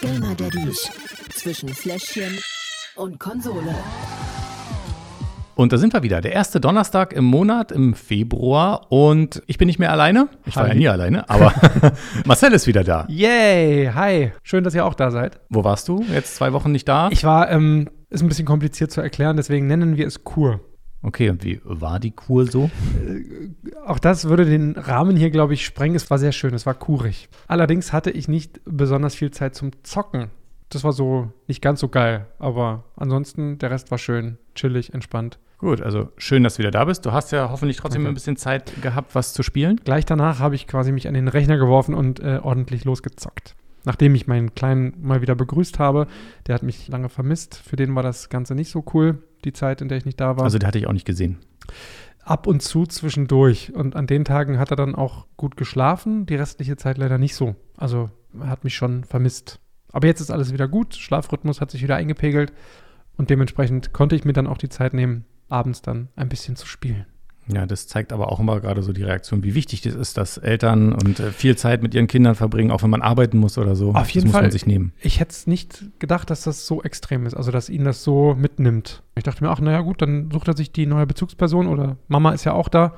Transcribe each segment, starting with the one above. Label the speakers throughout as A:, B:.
A: Gamer-Daddies zwischen Fläschchen und Konsole.
B: Und da sind wir wieder. Der erste Donnerstag im Monat, im Februar. Und ich bin nicht mehr alleine. Ich war
C: Hi.
B: ja nie alleine, aber Marcel ist wieder da.
C: Yay, hi. Schön, dass ihr auch da seid.
B: Wo warst du? Jetzt zwei Wochen nicht da?
C: Ich war, ähm, ist ein bisschen kompliziert zu erklären, deswegen nennen wir es Kur.
B: Okay, und wie war die Kur so?
C: Auch das würde den Rahmen hier, glaube ich, sprengen. Es war sehr schön, es war kurig. Allerdings hatte ich nicht besonders viel Zeit zum Zocken. Das war so nicht ganz so geil, aber ansonsten, der Rest war schön, chillig, entspannt.
B: Gut, also schön, dass du wieder da bist. Du hast ja hoffentlich trotzdem ein
C: Danke.
B: bisschen Zeit gehabt, was zu spielen.
C: Gleich danach habe ich quasi mich an den Rechner geworfen und äh, ordentlich losgezockt. Nachdem ich meinen Kleinen mal wieder begrüßt habe, der hat mich lange vermisst. Für den war das Ganze nicht so cool, die Zeit, in der ich nicht da war.
B: Also, die hatte ich auch nicht gesehen.
C: ab und zu zwischendurch. Und an den Tagen hat er dann auch gut geschlafen, die restliche Zeit leider nicht so. Also er hat mich schon vermisst. Aber jetzt ist alles wieder gut, Schlafrhythmus hat sich wieder eingepegelt und dementsprechend konnte ich mir dann auch die Zeit nehmen, abends dann ein bisschen zu spielen.
B: Ja, das zeigt aber auch immer gerade so die Reaktion, wie wichtig es ist, dass Eltern und äh, viel Zeit mit ihren Kindern verbringen, auch wenn man arbeiten muss oder so.
C: Auf jeden
B: das muss man
C: Fall.
B: sich nehmen.
C: Ich hätte es nicht gedacht, dass das so extrem ist, also dass ihn das so mitnimmt. Ich dachte mir, ach naja gut, dann sucht er sich die neue Bezugsperson oder Mama ist ja auch da.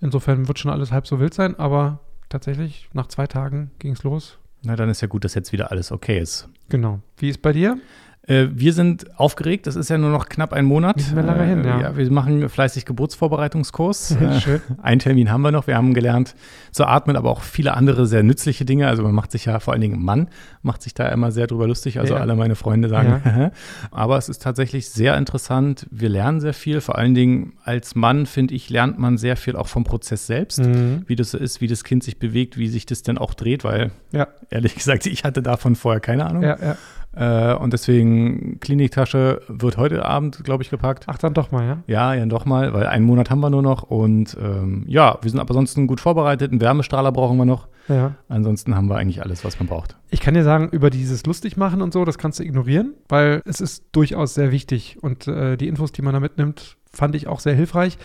C: Insofern wird schon alles halb so wild sein, aber tatsächlich, nach zwei Tagen ging es los.
B: Na, dann ist ja gut, dass jetzt wieder alles okay ist.
C: Genau. Wie ist bei dir?
B: Äh, wir sind aufgeregt, es ist ja nur noch knapp ein Monat. Äh,
C: Nicht mehr lange hin, ja.
B: Wir machen fleißig Geburtsvorbereitungskurs. Äh,
C: Schön.
B: Einen Termin haben wir noch. Wir haben gelernt zu atmen, aber auch viele andere sehr nützliche Dinge. Also man macht sich ja vor allen Dingen Mann macht sich da immer sehr drüber lustig. Also
C: Ja.
B: alle meine Freunde sagen. aber es ist tatsächlich sehr interessant. Wir lernen sehr viel. Vor allen Dingen als Mann finde ich lernt man sehr viel auch vom Prozess selbst,
C: Mhm.
B: wie das so ist, wie das Kind sich bewegt, wie sich das denn auch dreht. Weil
C: Ja,
B: ehrlich gesagt, ich hatte davon vorher keine Ahnung.
C: ja, ja.
B: Äh, und deswegen Kliniktasche wird heute Abend, glaube ich, gepackt.
C: Ach, dann doch mal, ja.
B: Ja, ja, doch mal, weil einen Monat haben wir nur noch. Und ähm, ja, wir sind aber ansonsten gut vorbereitet. Einen Wärmestrahler brauchen wir noch.
C: ja.
B: Ansonsten haben wir eigentlich alles, was man braucht.
C: Ich kann dir sagen, über dieses lustig machen und so, das kannst du ignorieren, weil es ist durchaus sehr wichtig und äh, die Infos, die man da mitnimmt, fand ich auch sehr hilfreich.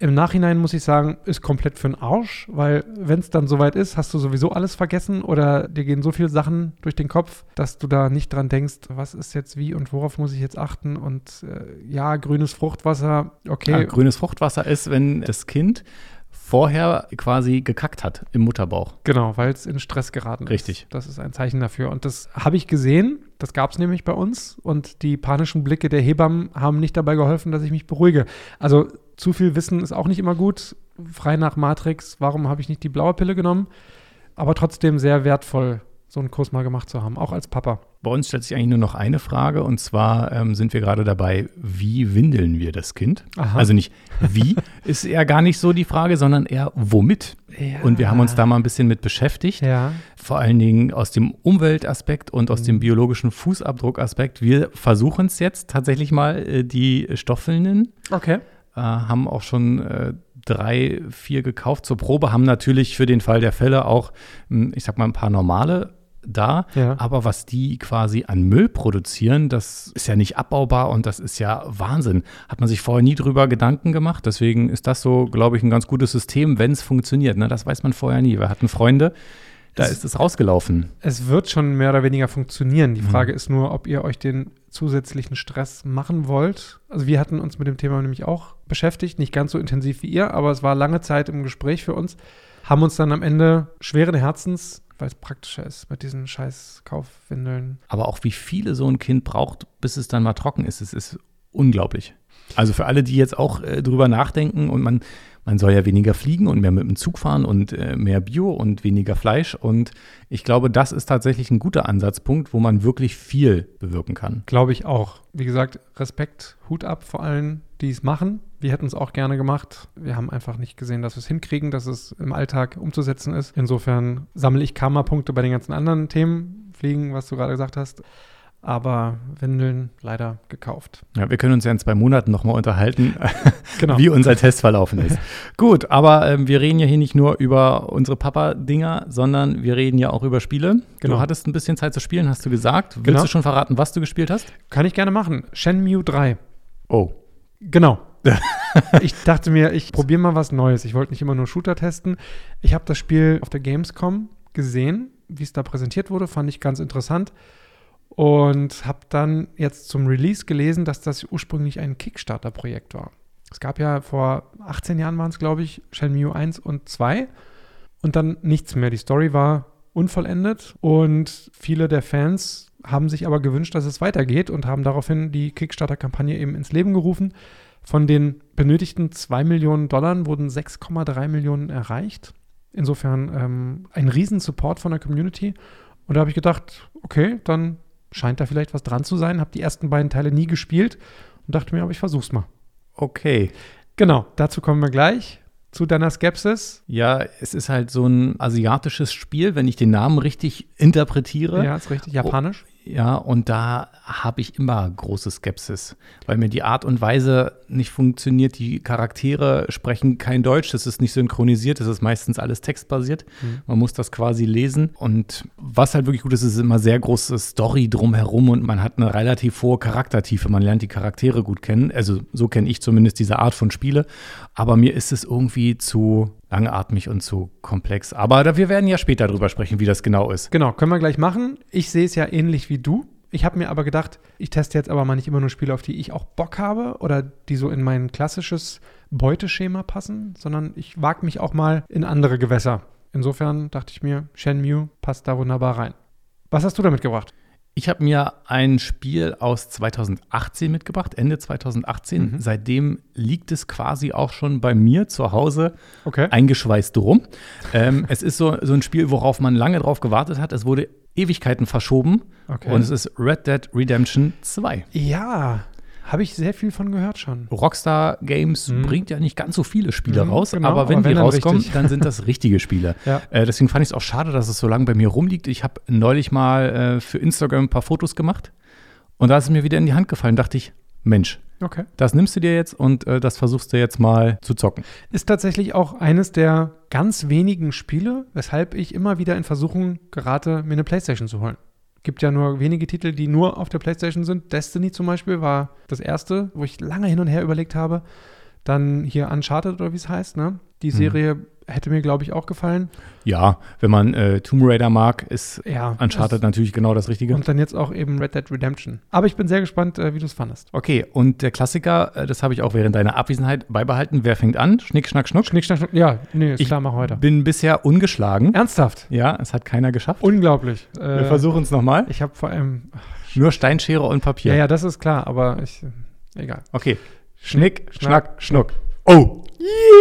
C: Im Nachhinein muss ich sagen, ist komplett für den Arsch, weil wenn es dann soweit ist, hast du sowieso alles vergessen oder dir gehen so viele Sachen durch den Kopf, dass du da nicht dran denkst, was ist jetzt wie und worauf muss ich jetzt achten und äh, ja, grünes Fruchtwasser,
B: Ja,
C: okay,
B: grünes Fruchtwasser ist, wenn das Kind vorher quasi gekackt hat im Mutterbauch.
C: Genau, weil es in Stress geraten
B: Richtig.
C: ist. Das ist ein Zeichen dafür. Und das habe ich gesehen. Das gab es nämlich bei uns. Und die panischen Blicke der Hebammen haben nicht dabei geholfen, dass ich mich beruhige. Also zu viel Wissen ist auch nicht immer gut. Frei nach Matrix, warum habe ich nicht die blaue Pille genommen? Aber trotzdem sehr wertvoll, so einen Kurs mal gemacht zu haben, auch als Papa.
B: Bei uns stellt sich eigentlich nur noch eine Frage und zwar ähm, sind wir gerade dabei, wie windeln wir das Kind?
C: Aha.
B: Also nicht wie ist eher gar nicht so die Frage, sondern eher womit.
C: Ja.
B: Und wir haben uns da mal ein bisschen mit beschäftigt.
C: Ja.
B: vor allen Dingen aus dem Umweltaspekt und aus dem biologischen Fußabdruckaspekt. Wir versuchen es jetzt tatsächlich mal, äh, die Stoffelnden,
C: Okay.
B: äh, haben auch schon äh, drei, vier gekauft zur Probe, haben natürlich für den Fall der Fälle auch, mh, ich sag mal, ein paar normale da,
C: Ja.
B: aber was die quasi an Müll produzieren, das ist ja nicht abbaubar und das ist ja Wahnsinn. Hat man sich vorher nie drüber Gedanken gemacht, deswegen ist das so, glaube ich, ein ganz gutes System, wenn es funktioniert. Ne? Das weiß man vorher nie. Wir hatten Freunde, da
C: Es-
B: ist es rausgelaufen.
C: Es wird schon mehr oder weniger funktionieren. Die Frage ist nur, ob ihr euch den zusätzlichen Stress machen wollt. Also wir hatten uns mit dem Thema nämlich auch beschäftigt, nicht ganz so intensiv wie ihr, aber es war lange Zeit im Gespräch für uns, haben uns dann am Ende schweren Herzens, weil es praktischer ist mit diesen scheiß Kaufwindeln.
B: Aber auch wie viele so ein Kind braucht, bis es dann mal trocken ist, es ist unglaublich. Also für alle, die jetzt auch äh, drüber nachdenken und man, man soll ja weniger fliegen und mehr mit dem Zug fahren und äh, mehr Bio und weniger Fleisch. Und ich glaube, das ist tatsächlich ein guter Ansatzpunkt, wo man wirklich viel bewirken kann.
C: Glaube ich auch. Wie gesagt, Respekt, Hut ab vor allen, die es machen. Wir hätten es auch gerne gemacht. Wir haben einfach nicht gesehen, dass wir es hinkriegen, dass es im Alltag umzusetzen ist. Insofern sammle ich Karma-Punkte bei den ganzen anderen Themen. Fliegen, was du gerade gesagt hast. Aber Windeln leider gekauft.
B: Ja, wir können uns ja in zwei Monaten nochmal unterhalten,
C: Genau.
B: wie unser Test verlaufen ist. Gut, aber ähm, wir reden ja hier nicht nur über unsere Papa-Dinger, sondern wir reden ja auch über Spiele.
C: Genau.
B: Du hattest ein bisschen Zeit zu spielen, hast du gesagt. Willst
C: Genau.
B: du schon verraten, was du gespielt hast?
C: Kann ich gerne machen. Shenmue 3.
B: Oh,
C: Genau. ich dachte mir, ich probiere mal was Neues. Ich wollte nicht immer nur Shooter testen. Ich habe das Spiel auf der Gamescom gesehen, wie es da präsentiert wurde, fand ich ganz interessant Und habe dann jetzt zum Release gelesen, dass das ursprünglich ein Kickstarter-Projekt war. Es gab ja vor 18 Jahren waren es, glaube ich, Shenmue 1 und 2 und dann nichts mehr. Die Story war unvollendet und viele der Fans haben sich aber gewünscht, dass es weitergeht und haben daraufhin die Kickstarter-Kampagne eben ins Leben gerufen. Von den benötigten 2 Millionen Dollar wurden 6,3 Millionen erreicht. Insofern ähm, ein riesen Support von der Community. Und da habe ich gedacht, okay, dann scheint da vielleicht was dran zu sein. Habe die ersten beiden Teile nie gespielt und dachte mir, aber ich versuch's mal.
B: Okay.
C: Genau, dazu kommen wir gleich zu deiner Skepsis.
B: Ja, es ist halt so ein asiatisches Spiel, wenn ich den Namen richtig interpretiere.
C: Ja, ist richtig, japanisch.
B: Ja, und da habe ich immer große Skepsis, weil mir die Art und Weise nicht funktioniert. Die Charaktere sprechen kein Deutsch, das ist nicht synchronisiert, das ist meistens alles textbasiert.
C: Mhm.
B: Man muss das quasi lesen. Und was halt wirklich gut ist, ist immer sehr große Story drumherum und man hat eine relativ hohe Charaktertiefe. Man lernt die Charaktere gut kennen. Also so kenne ich zumindest diese Art von Spiele. Aber mir ist es irgendwie zu langatmig und zu komplex. Aber da- wir werden ja später drüber sprechen, wie das genau ist.
C: Genau, können wir gleich machen. Ich sehe es ja ähnlich wie du. Ich habe mir aber gedacht, ich teste jetzt aber mal nicht immer nur Spiele, auf die ich auch Bock habe oder die so in mein klassisches Beuteschema passen, sondern ich wage mich auch mal in andere Gewässer. Insofern dachte ich mir, Shenmue passt da wunderbar rein. Was hast du da mitgebracht?
B: Ich habe mir ein Spiel aus 2018 mitgebracht, Ende 2018.
C: Mhm.
B: Seitdem liegt es quasi auch schon bei mir zu Hause
C: Okay.
B: eingeschweißt rum. ähm, es ist so, so ein Spiel, worauf man lange drauf gewartet hat. Es wurde Ewigkeiten verschoben
C: Okay.
B: und es ist Red Dead Redemption 2.
C: Ja, habe ich sehr viel von gehört schon.
B: Rockstar Games
C: Mhm.
B: bringt ja nicht ganz so viele Spiele
C: Mhm,
B: raus,
C: genau,
B: aber wenn
C: aber wenn,
B: die
C: dann
B: rauskommen,
C: richtig.
B: dann sind das richtige Spiele.
C: Ja.
B: Äh, deswegen fand ich es auch schade, dass es so lange bei mir rumliegt. Ich habe neulich mal äh, für Instagram ein paar Fotos gemacht und da ist es mir wieder in die Hand gefallen. Dachte ich, Mensch,
C: Okay.
B: das nimmst du dir jetzt und äh, das versuchst du jetzt mal zu zocken.
C: Ist tatsächlich auch eines der ganz wenigen Spiele, weshalb ich immer wieder in Versuchung gerate, mir eine Playstation zu holen. Gibt ja nur wenige Titel, die nur auf der Playstation sind. Destiny zum Beispiel war das erste, wo ich lange hin und her überlegt habe. Dann hier Uncharted oder wie es heißt, ne? Die
B: Mhm.
C: Serie hätte mir, glaube ich, auch gefallen.
B: Ja, wenn man äh, Tomb Raider mag, ist
C: Ja.
B: Uncharted natürlich genau das Richtige.
C: Und dann jetzt auch eben Red Dead Redemption. Aber ich bin sehr gespannt, äh, wie du es fandest.
B: Okay, und der Klassiker, äh, das habe ich auch während deiner Abwesenheit beibehalten. Wer fängt an? Schnick, schnack, schnuck.
C: Schnick, schnack, schnuck. Ja, nee, ist
B: Ich-
C: klar, mach weiter.
B: Bin bisher ungeschlagen.
C: Ernsthaft?
B: Ja, es hat keiner geschafft.
C: Unglaublich. Äh,
B: Wir versuchen es nochmal.
C: Ich habe vor allem.
B: Nur Steinschere und Papier.
C: Ja, ja, das ist klar, aber ich. Egal.
B: Okay. Schnick,
C: Schnack,
B: schnack, schnuck. Oh!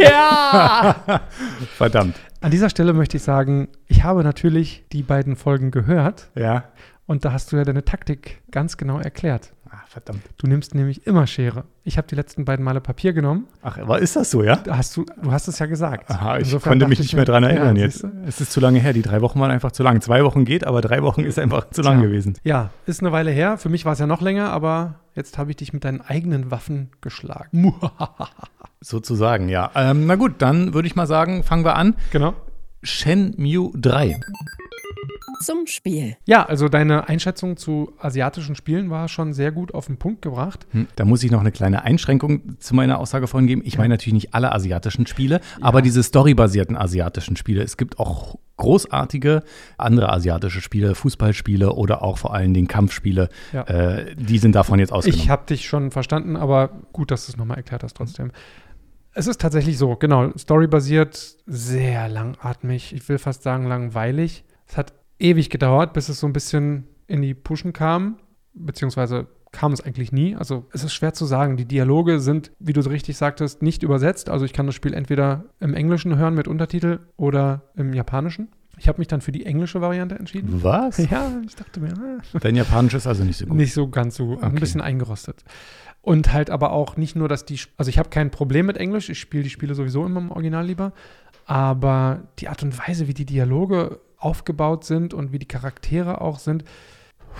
B: Ja! Verdammt.
C: An dieser Stelle möchte ich sagen, ich habe natürlich die beiden Folgen gehört
B: Ja.
C: und da hast du ja deine Taktik ganz genau erklärt.
B: Ah, verdammt.
C: Du nimmst nämlich immer Schere. Ich habe die letzten beiden Male Papier genommen.
B: Ach, aber ist das so, ja?
C: Da Hast du, du hast es ja gesagt.
B: Aha, ich
C: Insofern
B: konnte mich
C: dachte
B: nicht
C: mir-
B: mehr dran erinnern
C: ja,
B: jetzt.
C: siehste.
B: Es ist zu lange her. Die drei Wochen waren einfach zu lang. Zwei Wochen geht, aber drei Wochen ist einfach zu lang
C: Tja.
B: gewesen.
C: Ja, ist eine Weile her. Für mich war es ja noch länger, aber jetzt habe ich dich mit deinen eigenen Waffen geschlagen. Muhahaha.
B: Sozusagen, ja. Ähm, na gut, dann würde ich mal sagen, fangen wir an.
C: genau.
B: Shenmue 3.
A: Zum Spiel.
C: Ja, also deine Einschätzung zu asiatischen Spielen war schon sehr gut auf den Punkt gebracht.
B: Hm, Da muss ich noch eine kleine Einschränkung zu meiner Aussage vorhin geben. Ich meine natürlich nicht alle asiatischen Spiele, aber diese storybasierten asiatischen Spiele. Es gibt auch großartige andere asiatische Spiele, Fußballspiele oder auch vor allen Dingen Kampfspiele.
C: Ja.
B: Äh, die sind davon jetzt
C: Ich
B: ausgenommen.
C: habe dich schon verstanden, aber gut, dass du es nochmal erklärt hast trotzdem. Es ist tatsächlich so, genau, storybasiert, sehr langatmig, ich will fast sagen langweilig. Es hat ewig gedauert, bis es so ein bisschen in die Pushen kam, beziehungsweise kam es eigentlich nie. Also es ist schwer zu sagen, die Dialoge sind, wie du so richtig sagtest, nicht übersetzt. Also ich kann das Spiel entweder im Englischen hören mit Untertitel oder im Japanischen. Ich habe mich dann für die englische Variante entschieden.
B: Was?
C: Ja, ich dachte mir, ah,
B: Dein Japanisch ist also nicht so gut.
C: nicht so ganz so, ein
B: Okay.
C: bisschen eingerostet. Und halt aber auch nicht nur, dass die, Sp- also ich habe kein Problem mit Englisch, ich spiele die Spiele sowieso immer im Original lieber, aber die Art und Weise, wie die Dialoge aufgebaut sind und wie die Charaktere auch sind,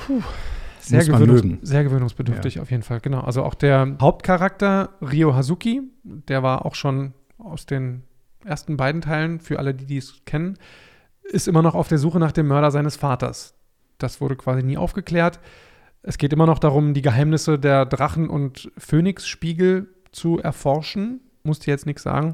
C: puh, sehr,
B: Muss man mögen.
C: sehr gewöhnungsbedürftig auf jeden Fall, genau. Also auch der Hauptcharakter Ryo Hazuki, der war auch schon aus den ersten beiden Teilen, für alle, die dies kennen, ist immer noch auf der Suche nach dem Mörder seines Vaters. Das wurde quasi nie aufgeklärt. Es geht immer noch darum, die Geheimnisse der Drachen- und Phönixspiegel zu erforschen. Musste jetzt nichts sagen.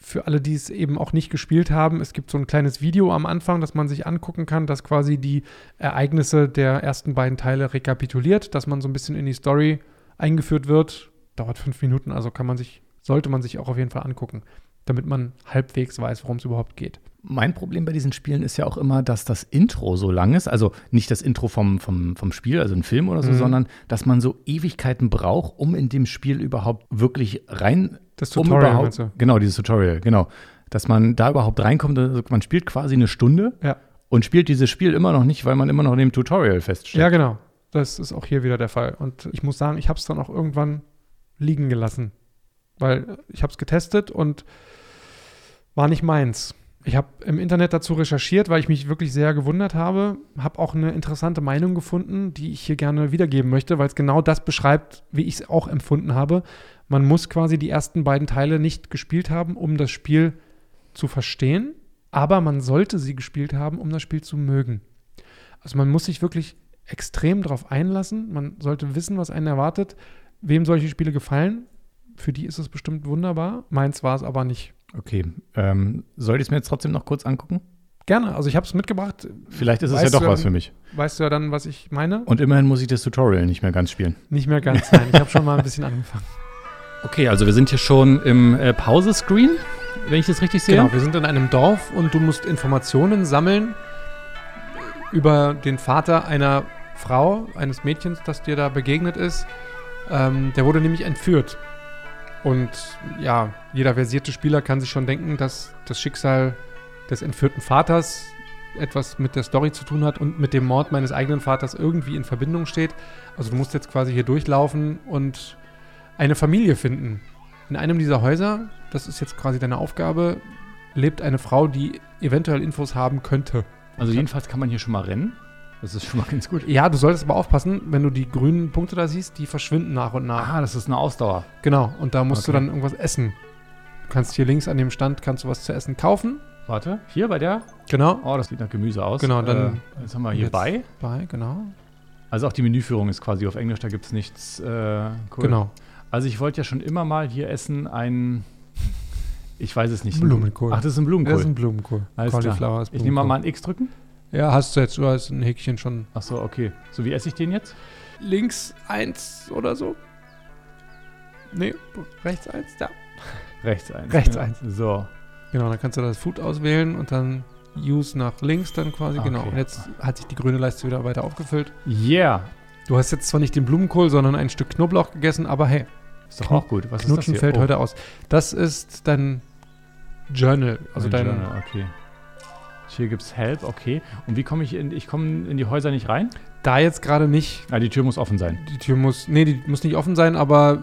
C: für alle, die es eben auch nicht gespielt haben, es gibt so ein kleines Video am Anfang, das man sich angucken kann, das quasi die Ereignisse der ersten beiden Teile rekapituliert, dass man so ein bisschen in die Story eingeführt wird. Dauert fünf Minuten, also kann man sich, sollte man sich auch auf jeden Fall angucken, damit man halbwegs weiß, worum es überhaupt geht.
B: Mein Problem bei diesen Spielen ist ja auch immer, dass das Intro so lang ist. Also nicht das Intro vom, vom, vom Spiel, also ein Film oder so,
C: Mhm.
B: sondern dass man so Ewigkeiten braucht, um in dem Spiel überhaupt wirklich rein.
C: Das
B: um
C: Tutorial,
B: überhaupt,
C: meinst du?
B: Genau, dieses Tutorial, genau. Dass man da überhaupt reinkommt. Also man spielt quasi eine Stunde
C: Ja.
B: und spielt dieses Spiel immer noch nicht, weil man immer noch in dem Tutorial feststeckt.
C: Ja, genau. Das ist auch hier wieder der Fall. Und ich muss sagen, ich habe es dann auch irgendwann liegen gelassen, weil ich habe es getestet und war nicht meins. Ich habe im Internet dazu recherchiert, weil ich mich wirklich sehr gewundert habe, habe auch eine interessante Meinung gefunden, die ich hier gerne wiedergeben möchte, weil es genau das beschreibt, wie ich es auch empfunden habe. Man muss quasi die ersten beiden Teile nicht gespielt haben, um das Spiel zu verstehen, aber man sollte sie gespielt haben, um das Spiel zu mögen. Also man muss sich wirklich extrem darauf einlassen. Man sollte wissen, was einen erwartet. Wem solche Spiele gefallen, für die ist es bestimmt wunderbar. Meins war es aber nicht.
B: Okay. Ähm, soll ich es mir jetzt trotzdem noch kurz angucken?
C: Gerne, also ich habe es mitgebracht.
B: Vielleicht ist es
C: Weißt
B: ja doch
C: du,
B: was
C: ähm,
B: für mich.
C: Weißt du ja dann, was ich meine?
B: Und immerhin muss ich das Tutorial nicht mehr ganz spielen.
C: Nicht mehr ganz, nein. Ich habe schon mal ein bisschen angefangen.
B: Okay, also wir sind hier schon im äh, Pause-Screen, wenn ich das richtig sehe.
C: Genau, wir sind in einem Dorf und du musst Informationen sammeln über den Vater einer Frau, eines Mädchens, das dir da begegnet ist. Ähm, der wurde nämlich entführt. Und ja, jeder versierte Spieler kann sich schon denken, dass das Schicksal des entführten Vaters etwas mit der Story zu tun hat und mit dem Mord meines eigenen Vaters irgendwie in Verbindung steht. Also du musst jetzt quasi hier durchlaufen und eine Familie finden. In einem dieser Häuser, das ist jetzt quasi deine Aufgabe, lebt eine Frau, die eventuell Infos haben könnte.
B: Also jedenfalls kann man hier schon mal rennen. Das ist schon mal ganz gut.
C: Ja, du solltest aber aufpassen, wenn du die grünen Punkte da siehst, die verschwinden nach und nach.
B: Ah, das ist eine Ausdauer.
C: Genau, und da musst du
B: Okay.
C: dann irgendwas essen. Du kannst hier links an dem Stand, kannst du was zu essen kaufen.
B: Warte, hier bei der?
C: Genau.
B: Oh, das sieht nach Gemüse aus.
C: Genau, dann-
B: Äh, jetzt haben wir hier
C: Jetzt-
B: bei.
C: Bei, genau.
B: Also auch die Menüführung ist quasi auf Englisch, da gibt es nichts. Äh, cool.
C: Genau.
B: Also ich wollte ja schon immer mal hier essen ein. Ich weiß es nicht.
C: Blumenkohl.
B: Ach, das ist ein Blumenkohl.
C: Das ist ein Blumenkohl.
B: Alles klar.
C: Cauliflower ist
B: ich nehme mal ein X drücken.
C: Ja, hast du jetzt, du hast ein Häkchen schon.
B: Ach so, okay. So, wie esse ich den jetzt?
C: Links eins oder so? Nee, rechts eins, da.
B: Rechts eins.
C: Rechts eins.
B: So.
C: Genau, dann kannst du das Food auswählen und dann Use nach links dann quasi.
B: Ah,
C: Genau.
B: okay.
C: Und jetzt hat sich die grüne Leiste wieder weiter aufgefüllt.
B: Yeah.
C: Du hast jetzt zwar nicht den Blumenkohl, sondern ein Stück Knoblauch gegessen, aber hey,
B: Ist doch
C: Knu-
B: auch gut. Was
C: Knutschen
B: ist das hier? Oh,
C: fällt heute aus. Das ist dein Journal, also
B: Mein
C: dein
B: Journal, okay. Hier gibt's Help, okay. Und wie komme ich in. Ich komme in die Häuser nicht rein?
C: da jetzt gerade nicht.
B: Ah, die Tür muss offen sein.
C: Die Tür muss, nee, die muss nicht offen sein, aber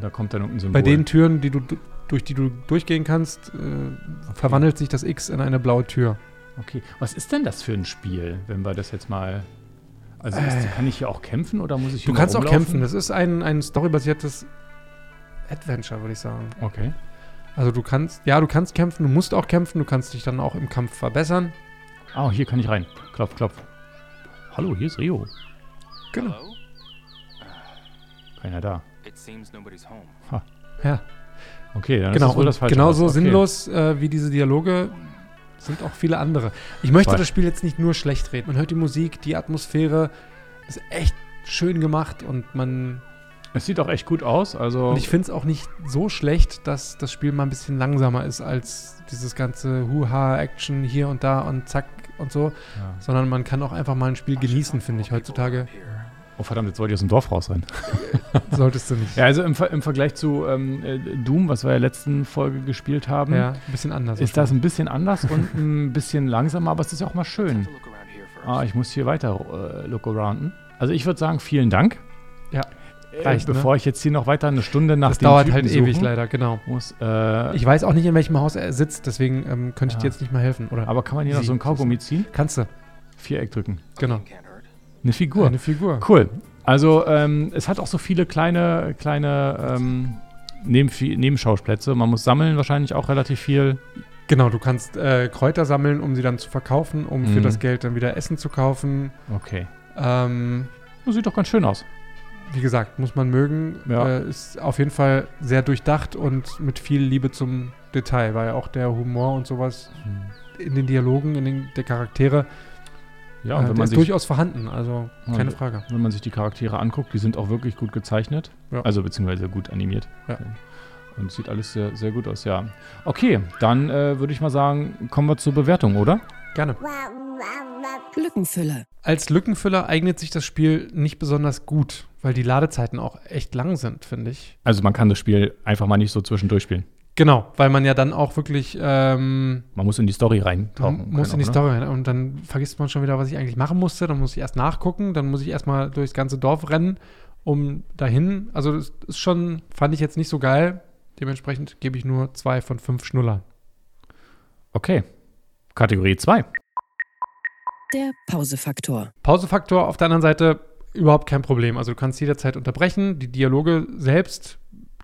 B: Da kommt dann irgendein Symbol.
C: bei den Türen, die du du- durch die du durchgehen kannst, äh, verwandelt sich das X in eine blaue Tür.
B: Okay. Was ist denn das für ein Spiel, wenn wir das jetzt mal. Also ist, kann ich hier auch kämpfen oder muss ich hier
C: Äh. Du
B: nur
C: kannst auch kämpfen.
B: rumlaufen?
C: Das ist ein, ein storybasiertes Adventure, würde ich sagen.
B: Okay.
C: Also du kannst, ja, du kannst kämpfen, du musst auch kämpfen, du kannst dich dann auch im Kampf verbessern.
B: Ah, hier kann ich rein. Klopf, klopf. Hallo, hier ist Rio.
C: Genau.
D: Hello?
B: Keiner da.
D: It seems nobody's home.
C: Ja,
B: Okay, dann
C: genau.
B: Also ist das wohl das
C: Und
B: falsche
C: genauso
B: Haus. Okay.
C: sinnlos äh, wie diese Dialoge sind auch viele andere. Ich möchte
B: Voll.
C: das Spiel jetzt nicht nur schlecht reden. Man hört die Musik, die Atmosphäre ist echt schön gemacht und man
B: Es sieht auch echt gut aus. Also
C: und ich finde es auch nicht so schlecht, dass das Spiel mal ein bisschen langsamer ist als dieses ganze Huha Action hier und da und zack und so,
B: Ja.
C: sondern man kann auch einfach mal ein Spiel genießen, finde ich heutzutage.
B: Oh verdammt, jetzt wollte ich aus dem Dorf raus rein.
C: Solltest du nicht.
B: Ja, also im, Ver- im Vergleich zu ähm, äh, Doom, was wir ja letzten Folge gespielt haben,
C: Ja, ein bisschen anders.
B: ist das ein bisschen anders und ein bisschen langsamer, aber es ist ja auch mal schön.
D: Look around here first.
B: Ah, ich muss hier weiter äh, look arounden. Also ich würde sagen, vielen Dank.
C: Ja,
B: Äh,
C: reicht, ne?
B: bevor ich jetzt hier noch weiter eine Stunde nach
C: Das
B: dem
C: dauert
B: Typen
C: halt
B: suchen
C: ewig leider, genau.
B: muss. Äh,
C: Ich weiß auch nicht, in welchem Haus er sitzt, deswegen ähm, könnte ich dir
B: Ja.
C: jetzt nicht mal helfen, oder?
B: aber kann man hier noch
C: Sie-
B: so ein Kaugummi ziehen?
C: Kannst du,
B: Viereck drücken.
C: genau.
D: Can't hurt.
B: Eine Figur.
C: Eine Figur.
B: Cool. Also ähm, es hat auch so viele kleine, kleine ähm, Nebenfi- Nebenschauplätze. Man muss sammeln wahrscheinlich auch relativ viel.
C: Genau, du kannst äh, Kräuter sammeln, um sie dann zu verkaufen, um für
B: Mhm.
C: das Geld dann wieder Essen zu kaufen.
B: Okay.
C: Ähm,
B: Das sieht doch ganz schön aus.
C: wie gesagt, muss man mögen.
B: Ja.
C: Äh, ist auf jeden Fall sehr durchdacht und mit viel Liebe zum Detail, weil auch der Humor und sowas in den Dialogen, in den, der Charaktere,
B: Ja, und
C: äh,
B: wenn,
C: der
B: man
C: ist
B: sich,
C: durchaus vorhanden. Also
B: Ja,
C: keine
B: und-
C: Frage.
B: wenn man sich die Charaktere anguckt, die sind auch wirklich gut gezeichnet.
C: Ja.
B: Also beziehungsweise gut animiert.
C: Ja.
B: Und sieht alles sehr, sehr gut aus, ja. Okay, dann äh, würde ich mal sagen, kommen wir zur Bewertung, oder?
C: Gerne.
A: Lückenfüller.
C: Als Lückenfüller eignet sich das Spiel nicht besonders gut, weil die Ladezeiten auch echt lang sind, finde ich.
B: Also man kann das Spiel einfach mal nicht so zwischendurch spielen.
C: Genau, weil man ja dann auch wirklich ähm,
B: Man muss in die Story reintauchen.
C: man
B: können
C: muss in die
B: auch, ne?
C: Story rein und dann vergisst man schon wieder, was ich eigentlich machen musste. Dann muss ich erst nachgucken, dann muss ich erstmal durchs ganze Dorf rennen, um dahin. Also das ist schon, fand ich jetzt nicht so geil. Dementsprechend gebe ich nur zwei von fünf Schnullern.
B: Okay. Kategorie 2.
A: Der Pausefaktor.
C: Pausefaktor auf der anderen Seite überhaupt kein Problem. Also du kannst jederzeit unterbrechen. Die Dialoge selbst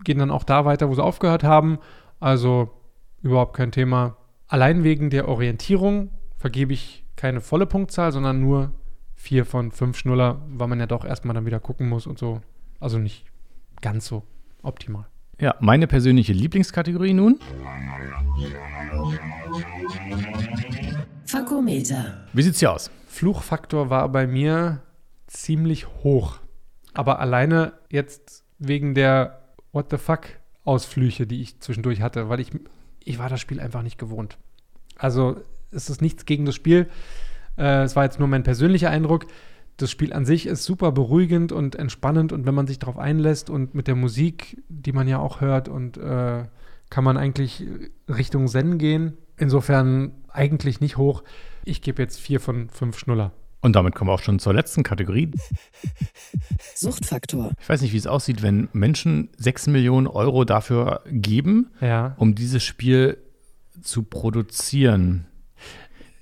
C: gehen dann auch da weiter, wo sie aufgehört haben. Also überhaupt kein Thema. Allein wegen der Orientierung vergebe ich keine volle Punktzahl, sondern nur vier von fünf Schnuller, weil man ja doch erstmal dann wieder gucken muss und so. Also nicht ganz so optimal.
B: Ja, meine persönliche Lieblingskategorie nun.
A: Fakometer.
B: Wie sieht's hier aus?
C: Fluchfaktor war bei mir ziemlich hoch. Aber alleine jetzt wegen der What the fuck Ausflüche, die ich zwischendurch hatte, weil ich, ich war das Spiel einfach nicht gewohnt. Also es ist nichts gegen das Spiel. Äh, es war jetzt nur mein persönlicher Eindruck. Das Spiel an sich ist super beruhigend und entspannend und wenn man sich darauf einlässt und mit der Musik, die man ja auch hört und äh, kann man eigentlich Richtung Zen gehen. Insofern eigentlich nicht hoch. Ich gebe jetzt vier von fünf Schnuller.
B: Und damit kommen wir auch schon zur letzten Kategorie.
A: Suchtfaktor.
B: Ich weiß nicht, wie es aussieht, wenn Menschen 6 Millionen Euro dafür geben,
C: Ja.
B: um dieses Spiel zu produzieren.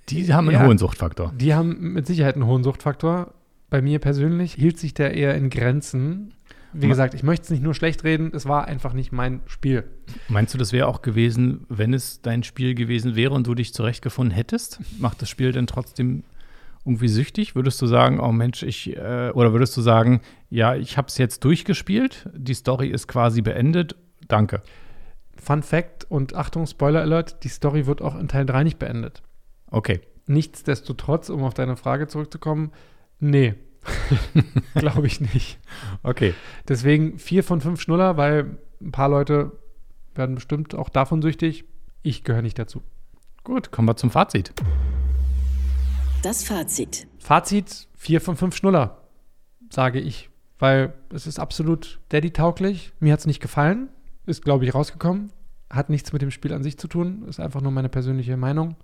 B: Die haben einen
C: Ja.
B: hohen Suchtfaktor.
C: Die haben mit Sicherheit einen hohen Suchtfaktor. Bei mir persönlich hielt sich der eher in Grenzen. Wie
B: Ma-
C: gesagt, ich möchte es nicht nur schlecht reden, es war einfach nicht mein Spiel.
B: Meinst du, das wäre auch gewesen, wenn es dein Spiel gewesen wäre und du dich zurechtgefunden hättest? Macht das Spiel denn trotzdem irgendwie süchtig? Würdest du sagen, oh Mensch, ich, äh, oder würdest du sagen, ja, ich habe es jetzt durchgespielt, die Story ist quasi beendet, danke.
C: Fun Fact und Achtung, Spoiler Alert, die Story wird auch in Teil 3 nicht beendet.
B: Okay.
C: Nichtsdestotrotz, um auf deine Frage zurückzukommen, nee. Glaube ich nicht.
B: Okay.
C: Deswegen vier von fünf Schnuller, weil ein paar Leute werden bestimmt auch davon süchtig. Ich gehöre nicht dazu.
B: Gut, kommen wir zum Fazit.
A: Das Fazit.
C: Fazit: 4 von 5 Schnuller, sage ich. Weil es ist absolut Daddy-tauglich. Mir hat es nicht gefallen. Ist, glaube ich, rausgekommen. Hat nichts mit dem Spiel an sich zu tun. Ist einfach nur meine persönliche Meinung.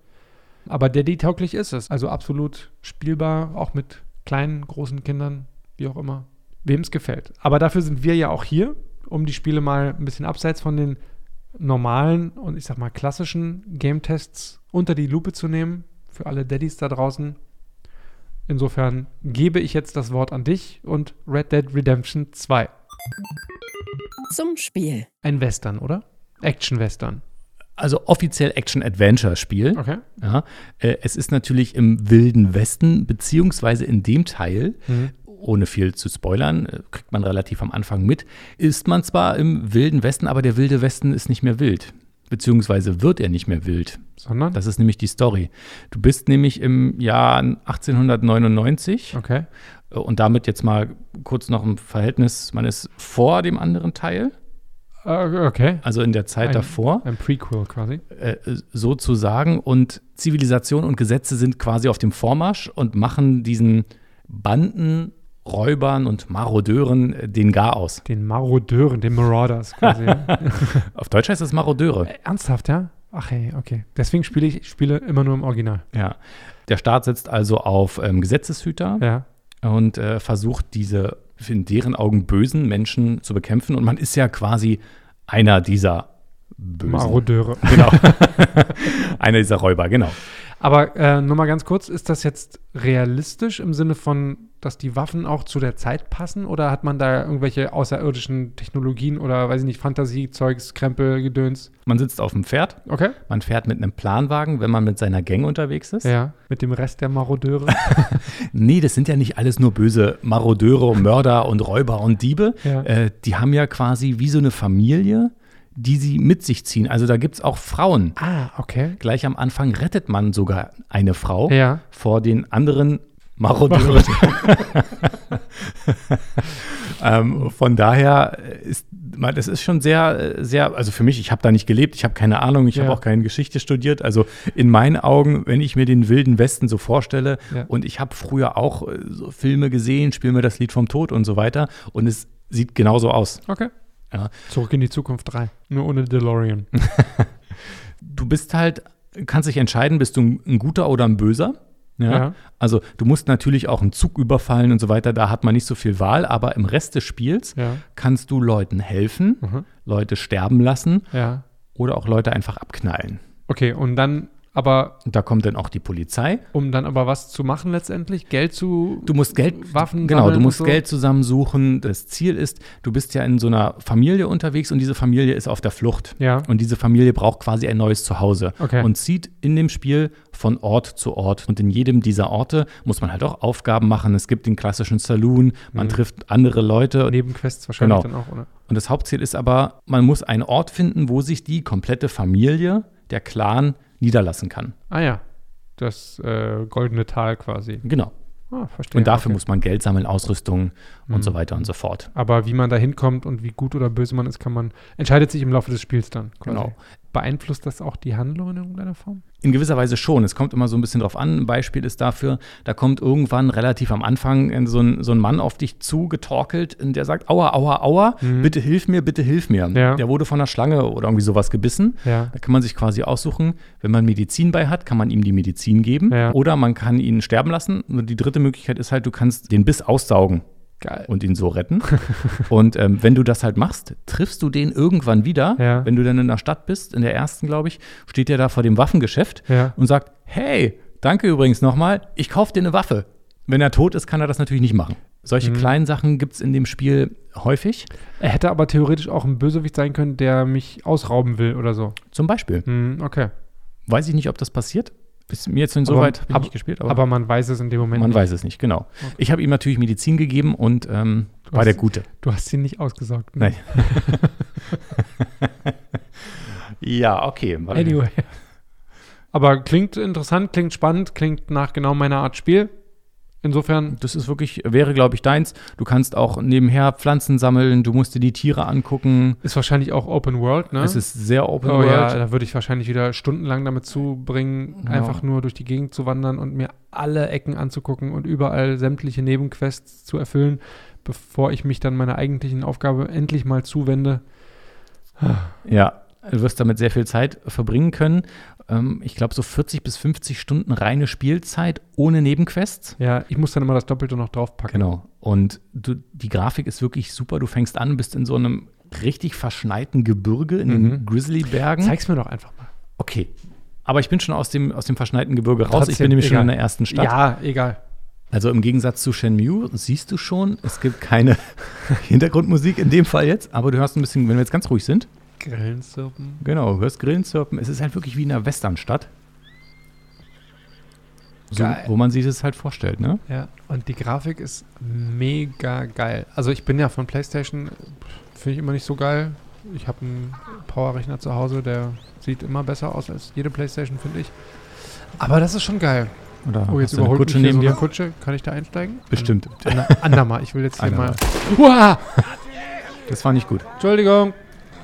C: Aber Daddy-tauglich ist es. Also absolut spielbar, auch mit kleinen, großen Kindern, wie auch immer. Wem es gefällt. Aber dafür sind wir ja auch hier, um die Spiele mal ein bisschen abseits von den normalen und ich sag mal klassischen Game-Tests unter die Lupe zu nehmen. Für alle Daddys da draußen. Insofern gebe ich jetzt das Wort an dich und Red Dead Redemption 2.
A: Zum Spiel.
C: Ein Western, oder? Action-Western.
B: Also offiziell Action-Adventure-Spiel.
C: Okay.
B: Ja, äh, es ist natürlich im Wilden Westen, beziehungsweise in dem Teil, ohne viel zu spoilern, äh, kriegt man relativ am Anfang mit, ist man zwar im Wilden Westen, aber der Wilde Westen ist nicht mehr wild. Beziehungsweise wird er nicht mehr wild.
C: Sondern?
B: Das ist nämlich die Story. Du bist nämlich im Jahr 1899
C: okay.
B: äh, und damit jetzt mal kurz noch im Verhältnis, man ist vor dem anderen Teil,
C: Äh, okay.
B: also in der Zeit
C: Ein-
B: davor.
C: Ein Prequel quasi.
B: äh, sozusagen. Und Zivilisation und Gesetze sind quasi auf dem Vormarsch und machen diesen Banden, Räubern und Marodeuren äh, den Gar aus.
C: Den Marodeuren, den Marauders quasi. Äh,
B: Auf Deutsch heißt das Marodeure.
C: Ernsthaft, ja? Ach hey, okay. Deswegen spiele ich Spiele immer nur im Original.
B: Ja. Der Staat setzt also auf ähm, Gesetzeshüter
C: Ja.
B: und äh, versucht diese in deren Augen bösen Menschen zu bekämpfen. Und man ist ja quasi einer dieser bösen.
C: Marodeure.
B: Genau. einer dieser Räuber, genau.
C: Aber äh, nur mal ganz kurz, ist das jetzt realistisch im Sinne von, dass die Waffen auch zu der Zeit passen? Oder hat man da irgendwelche außerirdischen Technologien oder, weiß ich nicht, Fantasie, Zeugs, Krempel, Gedöns?
B: Man sitzt auf dem Pferd,
C: Okay.
B: man fährt mit einem Planwagen, wenn man mit seiner Gang unterwegs ist.
C: Ja, mit dem Rest der Marodeure.
B: Nee, das sind ja nicht alles nur böse Marodeure, Mörder und Räuber und Diebe.
C: Ja.
B: Äh, die haben ja quasi wie so eine Familie, die sie mit sich ziehen. Also da gibt es auch Frauen.
C: Ah, okay.
B: Gleich am Anfang rettet man sogar eine Frau
C: Ja.
B: vor den anderen Marodeuren. ähm, von daher ist man- das ist schon sehr, äh, sehr, also für mich, ich habe da nicht gelebt, ich habe keine Ahnung, ich
C: Ja.
B: habe auch keine Geschichte studiert. Also in meinen Augen, wenn ich mir den wilden Westen so vorstelle,
C: Ja.
B: und ich habe früher auch äh, so Filme gesehen, spielen mir das Lied vom Tod und so weiter, und es sieht genauso aus.
C: Okay.
B: Ja.
C: Zurück in die Zukunft 3. Nur ohne DeLorean.
B: Du bist halt, kannst dich entscheiden, bist du ein ein guter oder ein böser.
C: Ja.
B: Also du musst natürlich auch einen Zug überfallen und so weiter, da hat man nicht so viel Wahl, aber im Rest des Spiels
C: Ja.
B: kannst du Leuten helfen,
C: Mhm.
B: Leute sterben lassen
C: Ja.
B: oder auch Leute einfach abknallen.
C: Okay, und dann aber,
B: Und da kommt dann auch die Polizei.
C: um dann aber was zu machen letztendlich, Geld zu.
B: Du musst Geld
C: Waffen
B: genau,
C: sammeln
B: du
C: und
B: musst
C: so.
B: Geld zusammensuchen. Das Ziel ist, du bist ja in so einer Familie unterwegs und diese Familie ist auf der Flucht.
C: Ja.
B: Und diese Familie braucht quasi ein neues Zuhause
C: Okay.
B: und zieht in dem Spiel von Ort zu Ort. Und in jedem dieser Orte muss man halt auch Aufgaben machen. Es gibt den klassischen Saloon, man
C: Mhm.
B: trifft andere Leute.
C: Nebenquests wahrscheinlich
B: Genau.
C: dann auch, oder?
B: Und das Hauptziel ist aber, man muss einen Ort finden, wo sich die komplette Familie, der Clan, niederlassen kann.
C: Ah ja. Das äh, goldene Tal quasi.
B: Genau.
C: Ah, verstehe.
B: Und dafür
C: okay. Mhm.
B: muss man Geld sammeln, Ausrüstung und so weiter und so fort.
C: Aber wie man da hinkommt und wie gut oder böse man ist, kann man, entscheidet sich im Laufe des Spiels dann. quasi.
B: Genau.
C: Beeinflusst das auch die Handlung in irgendeiner Form?
B: In gewisser Weise schon. Es kommt immer so ein bisschen drauf an. Ein Beispiel ist dafür, da kommt irgendwann relativ am Anfang äh, so ein, so ein Mann auf dich zugetorkelt und der sagt, aua, aua, aua, bitte hilf mir, bitte hilf mir.
C: Ja.
B: Der wurde von einer Schlange oder irgendwie sowas gebissen.
C: Ja.
B: Da kann man sich quasi aussuchen, wenn man Medizin bei hat, kann man ihm die Medizin geben
C: Ja.
B: oder man kann ihn sterben lassen. Nur die dritte Möglichkeit ist halt, du kannst den Biss aussaugen.
C: Geil.
B: und ihn so retten. und ähm, wenn du das halt machst, triffst du den irgendwann wieder.
C: Ja.
B: Wenn du dann in der Stadt bist, in der ersten, glaube ich, steht der da vor dem Waffengeschäft
C: Ja.
B: und sagt, hey, danke übrigens nochmal, ich kaufe dir eine Waffe. Wenn er tot ist, kann er das natürlich nicht machen. Solche
C: Mhm.
B: kleinen Sachen gibt es in dem Spiel häufig.
C: Er hätte aber theoretisch auch ein Bösewicht sein können, der mich ausrauben will oder so.
B: Zum Beispiel.
C: Hm, okay.
B: Weiß ich nicht, ob das passiert. Ist mir jetzt insoweit hab ich nicht gespielt,
C: aber, man weiß es in dem Moment.
B: man
C: nicht.
B: weiß es nicht, genau. Ich habe ihm natürlich Medizin gegeben und ähm, war
C: hast-
B: der Gute.
C: Du hast ihn nicht ausgesaugt. ne?
B: Nein. ja, okay. Warte.
C: Anyway. Aber klingt interessant, klingt spannend, klingt nach genau meiner Art Spiel. Insofern,
B: Das ist wirklich, wäre, glaube ich, deins. Du kannst auch nebenher Pflanzen sammeln, du musst dir die Tiere angucken.
C: ist wahrscheinlich auch Open World, ne?
B: Es ist sehr Open
C: oh
B: World. Genau.
C: ja, da würde ich wahrscheinlich wieder stundenlang damit zubringen,
B: Ja.
C: einfach nur durch die Gegend zu wandern und mir alle Ecken anzugucken und überall sämtliche Nebenquests zu erfüllen, bevor ich mich dann meiner eigentlichen Aufgabe endlich mal zuwende.
B: Ja, du wirst damit sehr viel Zeit verbringen können. Ähm, ich glaube, so 40 bis 50 Stunden reine Spielzeit ohne Nebenquests.
C: Ja, ich muss dann immer das Doppelte noch draufpacken.
B: Genau. Und du, die Grafik ist wirklich super. Du fängst an, bist in so einem richtig verschneiten Gebirge in den
C: Mhm.
B: Grizzlybergen.
C: Zeig's mir doch einfach mal.
B: Okay. Aber ich bin schon aus dem, aus dem verschneiten Gebirge raus. ich
C: Trotzdem,
B: bin nämlich
C: egal.
B: schon in der ersten Stadt.
C: Ja, egal.
B: Also im Gegensatz zu Shenmue siehst du schon, es gibt keine Hintergrundmusik in dem Fall jetzt, aber du hörst ein bisschen, wenn wir jetzt ganz ruhig sind.
C: Grillen, Sirpen.
B: Genau, du hörst Grillen zirpen. Es ist halt wirklich wie in einer Westernstadt. So,
C: Geil.
B: wo man sich das halt vorstellt, ne?
C: Ja, und die Grafik ist mega geil. Also ich bin ja von PlayStation, finde ich immer nicht so geil. Ich habe einen Power-Rechner zu Hause, der sieht immer besser aus als jede PlayStation, finde ich. Aber das ist schon geil.
B: Oder
C: Oh, jetzt
B: hast du eine
C: überholt
B: Kutsche
C: mich hier
B: neben
C: so
B: dir?
C: eine Kutsche. Kann ich da einsteigen?
B: Bestimmt.
C: Ander, andermal. Ich will jetzt hier
B: Andermal.
C: mal... Uah!
B: Das war nicht gut.
C: Entschuldigung.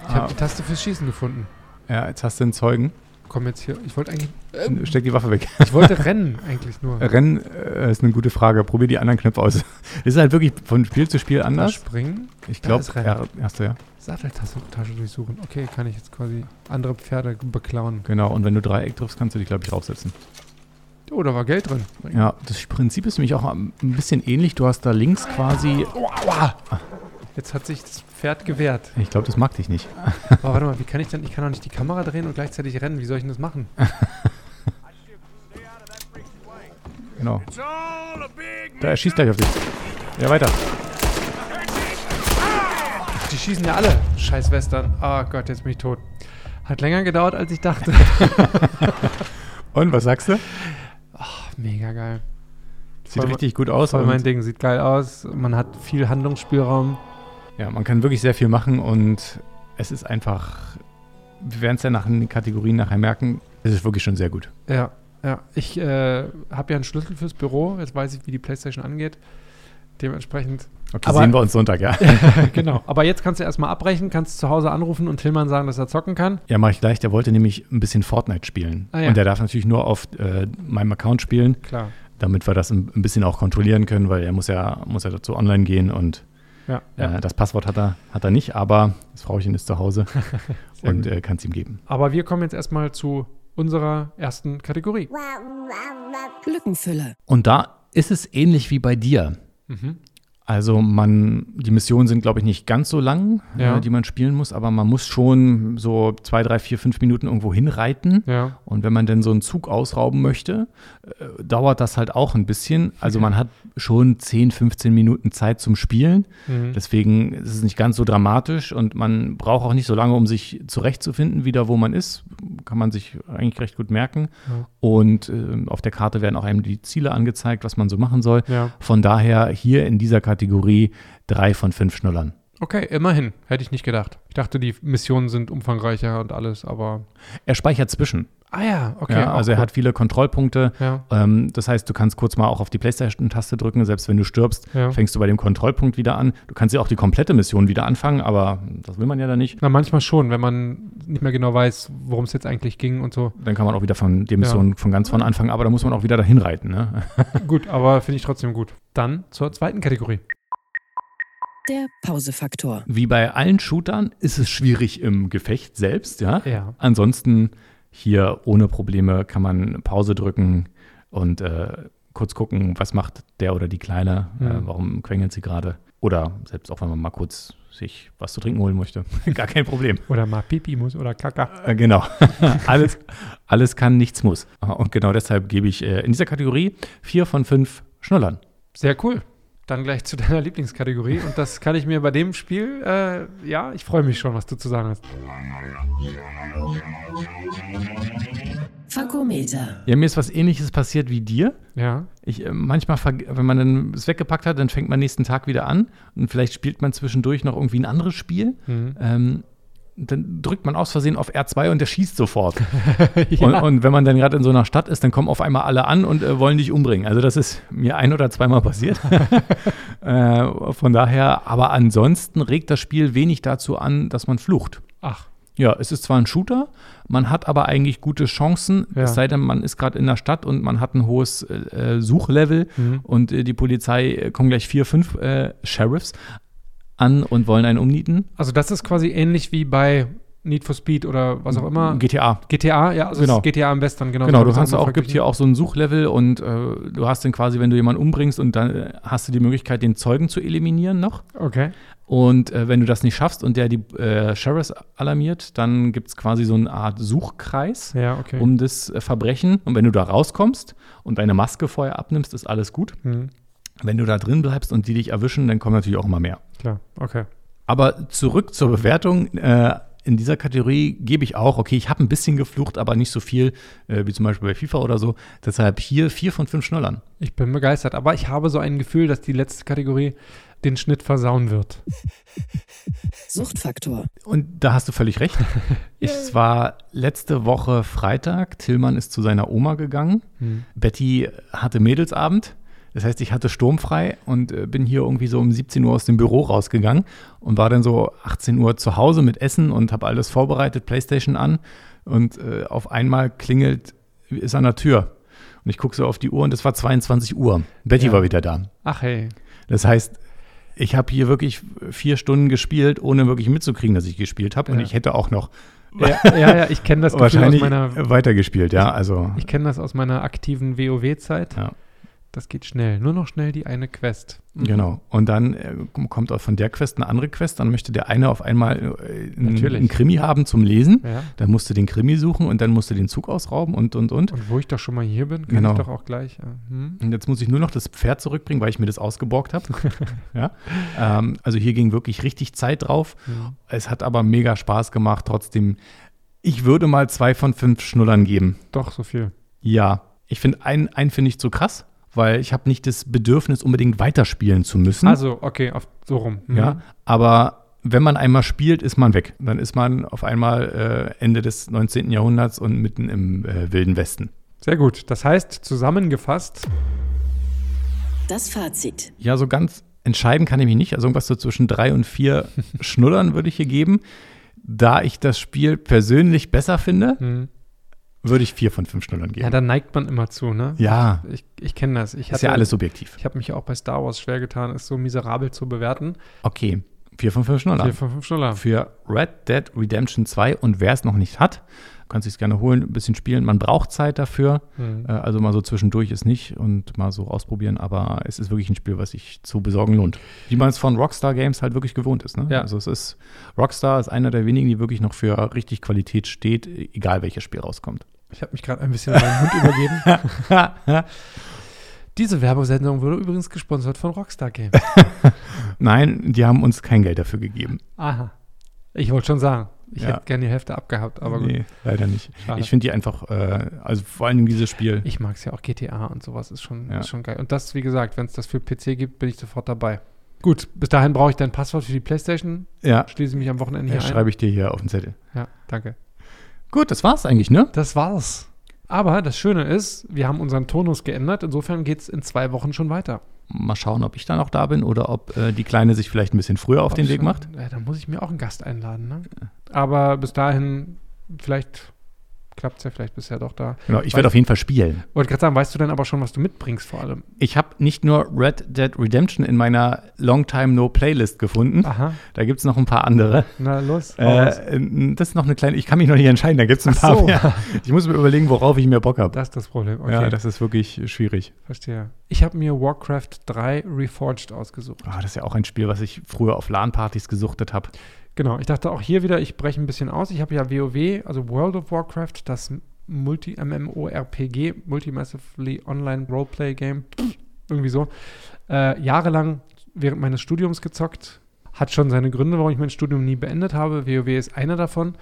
C: Ich
B: Ah.
C: habe die Taste fürs Schießen gefunden.
B: Ja, jetzt hast du einen Zeugen.
C: Komm jetzt hier. Ich wollte eigentlich... Ähm.
B: Steck die Waffe weg.
C: Ich wollte rennen eigentlich nur.
B: Rennen äh, ist eine gute Frage. Probier die anderen Knöpfe aus. Es ist halt wirklich von Spiel zu Spiel
C: Da
B: anders.
C: Springen.
B: Ich
C: da
B: glaube,
C: ist Rennen.
B: ja, erste, ja.
C: Satteltasche Tasche durchsuchen. Okay, kann ich jetzt quasi andere Pferde beklauen.
B: Genau. Und wenn du Dreieck triffst, kannst du dich, glaube ich, draufsetzen.
C: Oh, da war Geld drin.
B: Ja, das Prinzip ist nämlich auch ein bisschen ähnlich. Du hast da links quasi.
C: Jetzt hat sich das Pferd gewehrt.
B: Ich glaube, das mag dich nicht.
C: Aber warte mal, wie kann ich denn? Ich kann doch nicht die Kamera drehen und gleichzeitig rennen. Wie soll ich denn das machen?
B: Genau. Da er schießt gleich auf dich. Ja, weiter.
C: Die schießen ja alle. Scheiß Western. Oh Gott, jetzt bin ich tot. Hat länger gedauert, als ich dachte.
B: Und was sagst du?
C: Mega geil.
B: Sieht
C: Voll-
B: richtig gut aus.
C: Voll
B: und-
C: mein Ding. Sieht geil aus. Man hat viel Handlungsspielraum.
B: ja, man kann wirklich sehr viel machen und Es ist einfach, wir werden es ja nach den Kategorien nachher merken, es ist wirklich schon sehr gut.
C: Ja, ja. Ich äh, habe ja einen Schlüssel fürs Büro. Jetzt weiß ich, wie die Playstation angeht. Dementsprechend.
B: Okay,
C: Aber-
B: sehen wir uns Sonntag, ja.
C: genau. Aber jetzt kannst du erstmal abbrechen, kannst zu Hause anrufen und Tillmann sagen, dass er zocken kann.
B: Ja, mache ich gleich. Der wollte nämlich ein bisschen Fortnite spielen.
C: Ah, ja.
B: Und der darf natürlich nur auf äh, meinem Account spielen,
C: Klar.
B: damit wir das ein, ein bisschen auch kontrollieren können, weil er muss ja, muss ja dazu online gehen und
C: Ja.
B: äh, das Passwort hat er, hat er nicht, aber das Frauchen ist zu Hause
C: Sehr
B: und
C: gut.
B: äh, kann es ihm geben.
C: Aber wir kommen jetzt erstmal zu unserer ersten Kategorie.
A: Lückenfüller.
B: Und da ist es ähnlich wie bei dir.
C: Mhm.
B: Also man, die Missionen sind, glaube ich, nicht ganz so lang,
C: Ja.
B: äh, die man spielen muss, aber man muss schon so zwei, drei, vier, fünf Minuten irgendwo hinreiten.
C: Ja.
B: Und wenn man denn so einen Zug ausrauben möchte, äh, dauert das halt auch ein bisschen. Also man hat schon 10, 15 Minuten Zeit zum Spielen.
C: Mhm.
B: Deswegen ist es nicht ganz so dramatisch und man braucht auch nicht so lange, um sich zurechtzufinden, wieder wo man ist. Kann man sich eigentlich recht gut merken.
C: Ja.
B: Und ähm, auf der Karte werden auch einem die Ziele angezeigt, was man so machen soll.
C: ja.
B: Von daher hier in dieser Kategorie drei von fünf Schnullern.
C: Okay, immerhin. Hätte ich nicht gedacht. Ich dachte, die Missionen sind umfangreicher und alles, aber.
B: Er speichert zwischen.
C: Ah ja, okay.
B: ja,
C: auch
B: also er
C: gut.
B: hat viele Kontrollpunkte.
C: Ja.
B: Ähm, das heißt, du kannst kurz mal auch auf die Playstation-Taste drücken. Selbst wenn du stirbst,
C: Ja.
B: fängst du bei dem Kontrollpunkt wieder an. Du kannst ja auch die komplette Mission wieder anfangen, aber das will man ja dann nicht.
C: Na, manchmal schon, wenn man nicht mehr genau weiß, worum es jetzt eigentlich ging und so.
B: Dann kann man auch wieder von der Mission von ganz vorne anfangen, aber da muss man auch wieder dahin reiten. Ne?
C: gut, aber finde ich trotzdem gut. Dann zur zweiten Kategorie.
A: Der Pausefaktor.
B: Wie bei allen Shootern ist es schwierig im Gefecht selbst, ja.
C: Ja.
B: Ansonsten hier ohne Probleme kann man Pause drücken und äh, kurz gucken, was macht der oder die Kleine, äh,
C: Mhm.
B: warum quengelt sie gerade. Oder selbst auch, wenn man mal kurz sich was zu trinken holen möchte. Gar kein Problem.
C: Oder mal Pipi muss oder Kaka.
B: Äh, genau. alles, alles kann, nichts muss. Und genau deshalb gebe ich äh, in dieser Kategorie vier von fünf Schnullern.
C: Sehr cool. Dann gleich zu deiner Lieblingskategorie. Und das kann ich mir bei dem Spiel, äh, ja, ich freue mich schon, was du zu sagen hast.
A: Fakometer.
B: Ja, mir ist was ähnliches passiert wie dir.
C: Ja.
B: Ich, äh, manchmal, verg- wenn man dann es weggepackt hat, dann fängt man nächsten Tag wieder an und vielleicht spielt man zwischendurch noch irgendwie ein anderes Spiel. Ähm, dann drückt man aus Versehen auf R2 und der schießt sofort. und, und wenn man dann gerade in so einer Stadt ist, dann kommen auf einmal alle an und äh, wollen dich umbringen. Also das ist mir ein oder zweimal passiert. äh, von daher, aber ansonsten regt das Spiel wenig dazu an, dass man flucht.
C: Ach,
B: Ja, es ist zwar ein Shooter, man hat aber eigentlich gute Chancen,
C: Ja.
B: es sei denn, man ist gerade in der Stadt und man hat ein hohes äh, äh, Suchlevel und äh, die Polizei äh, kommen gleich vier, fünf äh, Sheriffs an und wollen einen umnieten.
C: also das ist quasi ähnlich wie bei Need for Speed oder was auch immer.
B: GTA.
C: GTA, ja, also
B: Genau.
C: es ist GTA am Western, genau.
B: Genau,
C: so
B: du
C: haben
B: kannst
C: wir es
B: auch, gibt hier auch so ein Suchlevel und äh, du hast dann quasi, wenn du jemanden umbringst und dann äh, hast du die Möglichkeit, den Zeugen zu eliminieren noch.
C: verglichen. Okay.
B: Und äh, wenn du das nicht schaffst und der die äh, Sheriffs alarmiert, dann gibt es quasi so eine Art Suchkreis.
C: Ja, okay.
B: um das äh, Verbrechen. Und wenn du da rauskommst und deine Maske vorher abnimmst, ist alles gut.
C: Mhm.
B: Wenn du da drin bleibst und die dich erwischen, dann kommen natürlich auch immer mehr.
C: Klar, okay.
B: Aber zurück zur Bewertung. Äh, in dieser Kategorie gebe ich auch, okay, ich habe ein bisschen geflucht, aber nicht so viel äh, wie zum Beispiel bei FIFA oder so. Deshalb hier vier von fünf Schnullern.
C: Ich bin begeistert, aber ich habe so ein Gefühl, dass die letzte Kategorie den Schnitt versauen wird.
A: Suchtfaktor.
B: Und da hast du völlig recht. es war letzte Woche Freitag. Tillmann ist zu seiner Oma gegangen. Betty hatte Mädelsabend. Das heißt, ich hatte sturmfrei und äh, bin hier irgendwie so um 17 Uhr aus dem Büro rausgegangen und war dann so 18 Uhr zu Hause mit Essen und habe alles vorbereitet, Playstation an und äh, auf einmal klingelt, ist an der Tür. Und ich gucke so auf die Uhr und es war 22 Uhr. Betty
C: Ja.
B: war wieder da.
C: Ach hey.
B: Das heißt, ich habe hier wirklich vier Stunden gespielt, ohne wirklich mitzukriegen, dass ich gespielt habe. Und
C: Ja.
B: ich hätte auch noch
C: Ja, ja, ja ich kenne das Gefühl aus
B: wahrscheinlich
C: meiner,
B: weitergespielt, ja. Also
C: ich kenne das aus meiner aktiven WoW-Zeit.
B: Ja.
C: Das geht schnell. Nur noch schnell die eine Quest. Mhm.
B: Genau. Und dann äh, kommt auch von der Quest eine andere Quest. Dann möchte der eine auf einmal äh, einen,
C: Natürlich.
B: einen Krimi haben zum Lesen.
C: Ja.
B: Dann musst du den Krimi suchen und dann musst du den Zug ausrauben und, und, und.
C: Und wo ich doch schon mal hier bin, kann
B: Genau.
C: ich doch auch gleich. ja. Hm?
B: Und jetzt muss ich nur noch das Pferd zurückbringen, weil ich mir das ausgeborgt habe. ja. ähm, also hier ging wirklich richtig Zeit drauf.
C: Mhm.
B: Es hat aber mega Spaß gemacht. Trotzdem, ich würde mal zwei von fünf Schnullern geben.
C: Doch, so viel.
B: Ja. Ich finde, einen, einen finde ich zu krass, weil ich habe nicht das Bedürfnis, unbedingt weiterspielen zu müssen.
C: Also, okay, auf, so rum.
B: Hm.
C: Mhm.
B: Ja, aber wenn man einmal spielt, ist man weg. Dann ist man auf einmal äh, Ende des 19. Jahrhunderts und mitten im äh, Wilden Westen.
C: Sehr gut. Das heißt, zusammengefasst,
A: Das Fazit.
B: Ja, so ganz entscheiden kann ich mich nicht. Also irgendwas so zwischen drei und vier Schnullern würde ich hier geben. Da ich das Spiel persönlich besser finde, würde ich vier von fünf Schnullern
C: ja,
B: geben.
C: da hm, neigt man immer zu, ne?
B: Ja,
C: Ich, ich kenne das. Ich
B: ist ja
C: hatte-
B: alles subjektiv.
C: Ich habe mich auch bei Star Wars schwer getan, es so miserabel zu bewerten.
B: Okay, vier von fünf Schnullern.
C: Vier von fünf Dollar.
B: für Red Dead Redemption 2 und wer es noch nicht hat, kann sich gerne holen, ein bisschen spielen. Man braucht Zeit dafür.
C: Mhm.
B: Äh, Also mal so zwischendurch ist nicht und mal so ausprobieren, aber es ist wirklich ein Spiel, was sich zu besorgen lohnt. Wie man es von Rockstar Games halt wirklich gewohnt ist. Ne?
C: Ja.
B: Also es ist, Rockstar ist einer der wenigen, die wirklich noch für richtig Qualität steht, egal welches Spiel rauskommt.
C: Ich habe mich gerade ein bisschen meinen Hund übergeben. Diese Werbesendung wurde übrigens gesponsert von Rockstar Games.
B: Nein, die haben uns kein Geld dafür gegeben.
C: Aha. Ich wollte schon sagen, ich
B: Ja.
C: hätte gerne die Hälfte abgehabt, aber gut.
B: Nee, leider nicht.
C: Schade.
B: Ich finde die einfach, äh, also vor allem dieses Spiel.
C: Ich mag es ja auch GTA und sowas ist schon,
B: Ja.
C: ist schon geil. Und das, wie gesagt, wenn es das für PC gibt, bin ich sofort dabei. Gut, bis dahin brauche ich dein Passwort für die Playstation.
B: ja,
C: Schließe mich am Wochenende hier
B: das schreibe ich dir hier auf den Zettel.
C: ein. Ja, danke.
B: Gut, das war's eigentlich, ne?
C: Das war's. Aber das Schöne ist, wir haben unseren Tonus geändert. Insofern geht es in zwei Wochen schon weiter.
B: Mal schauen, ob ich dann auch da bin oder ob äh, die Kleine sich vielleicht ein bisschen früher auf den Weg macht.
C: Ja, dann muss ich mir auch einen Gast einladen. Ne? Aber bis dahin, vielleicht klappt es ja vielleicht bisher doch da.
B: Genau, ich werde auf jeden Fall spielen.
C: Wollte gerade sagen, weißt du denn aber schon, was du mitbringst vor allem?
B: Ich habe nicht nur Red Dead Redemption in meiner Long Time No Playlist gefunden.
C: Aha,
B: Da gibt's noch ein paar andere.
C: na los. hau raus.
B: Äh, n- das ist noch eine kleine, ich kann mich noch nicht entscheiden, da gibt's ein
C: Oh, Ach
B: paar
C: so.
B: mehr. Ich muss mir überlegen, worauf ich mehr Bock habe.
C: das ist das Problem. Okay,
B: Ja, das ist wirklich schwierig.
C: verstehe. Ich habe mir Warcraft 3 Reforged ausgesucht.
B: Ah, das ist ja auch ein Spiel, was ich früher auf LAN-Partys gesuchtet habe.
C: Genau, ich dachte auch hier wieder, ich breche ein bisschen aus. Ich habe ja WoW, also World of Warcraft, das Multi-MMORPG, Multi-Massively Online Roleplay Game, irgendwie so, äh, jahrelang während meines Studiums gezockt. Hat schon seine Gründe, warum ich mein Studium nie beendet habe. WoW ist einer davon.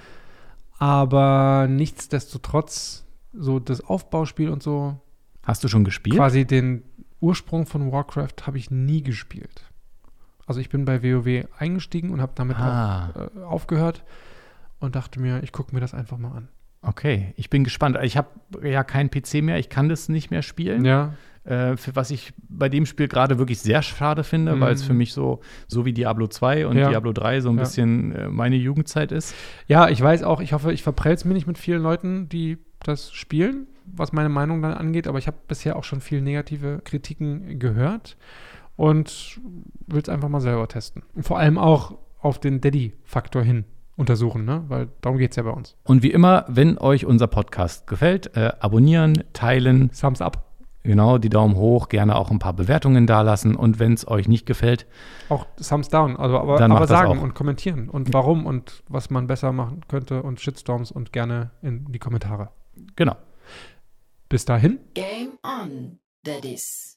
C: Aber nichtsdestotrotz, so das Aufbauspiel und so,
B: Hast du schon gespielt?
C: quasi den Ursprung von Warcraft habe ich nie gespielt. Also ich bin bei WoW eingestiegen und habe damit auch
B: Ah,
C: äh, aufgehört und dachte mir, ich gucke mir das einfach mal an.
B: okay. Ich bin gespannt. Ich habe ja keinen PC mehr. Ich kann das nicht mehr spielen.
C: Ja,
B: Äh, für was ich bei dem Spiel gerade wirklich sehr schade finde,
C: Mhm.
B: weil es für mich so, so wie Diablo 2 und
C: Ja.
B: Diablo 3 so ein
C: Ja.
B: bisschen äh, meine Jugendzeit ist.
C: ja, ich weiß auch, ich hoffe, ich verprell's mir nicht mit vielen Leuten, die das spielen, was meine Meinung dann angeht, aber ich habe bisher auch schon viel negative Kritiken gehört und will es einfach mal selber testen. Und vor allem auch auf den Daddy-Faktor hin untersuchen, ne? weil darum geht es ja bei uns.
B: Und wie immer, wenn euch unser Podcast gefällt, äh, abonnieren, teilen,
C: Thumbs up.
B: genau, die Daumen hoch, gerne auch ein paar Bewertungen dalassen. Und wenn es euch nicht gefällt,
C: Auch Thumbs down, also aber,
B: Dann
C: aber
B: macht das
C: sagen
B: auch.
C: und kommentieren und warum und was man besser machen könnte und Shitstorms und gerne in die Kommentare.
B: genau.
C: Bis dahin.
A: Game on, Daddies.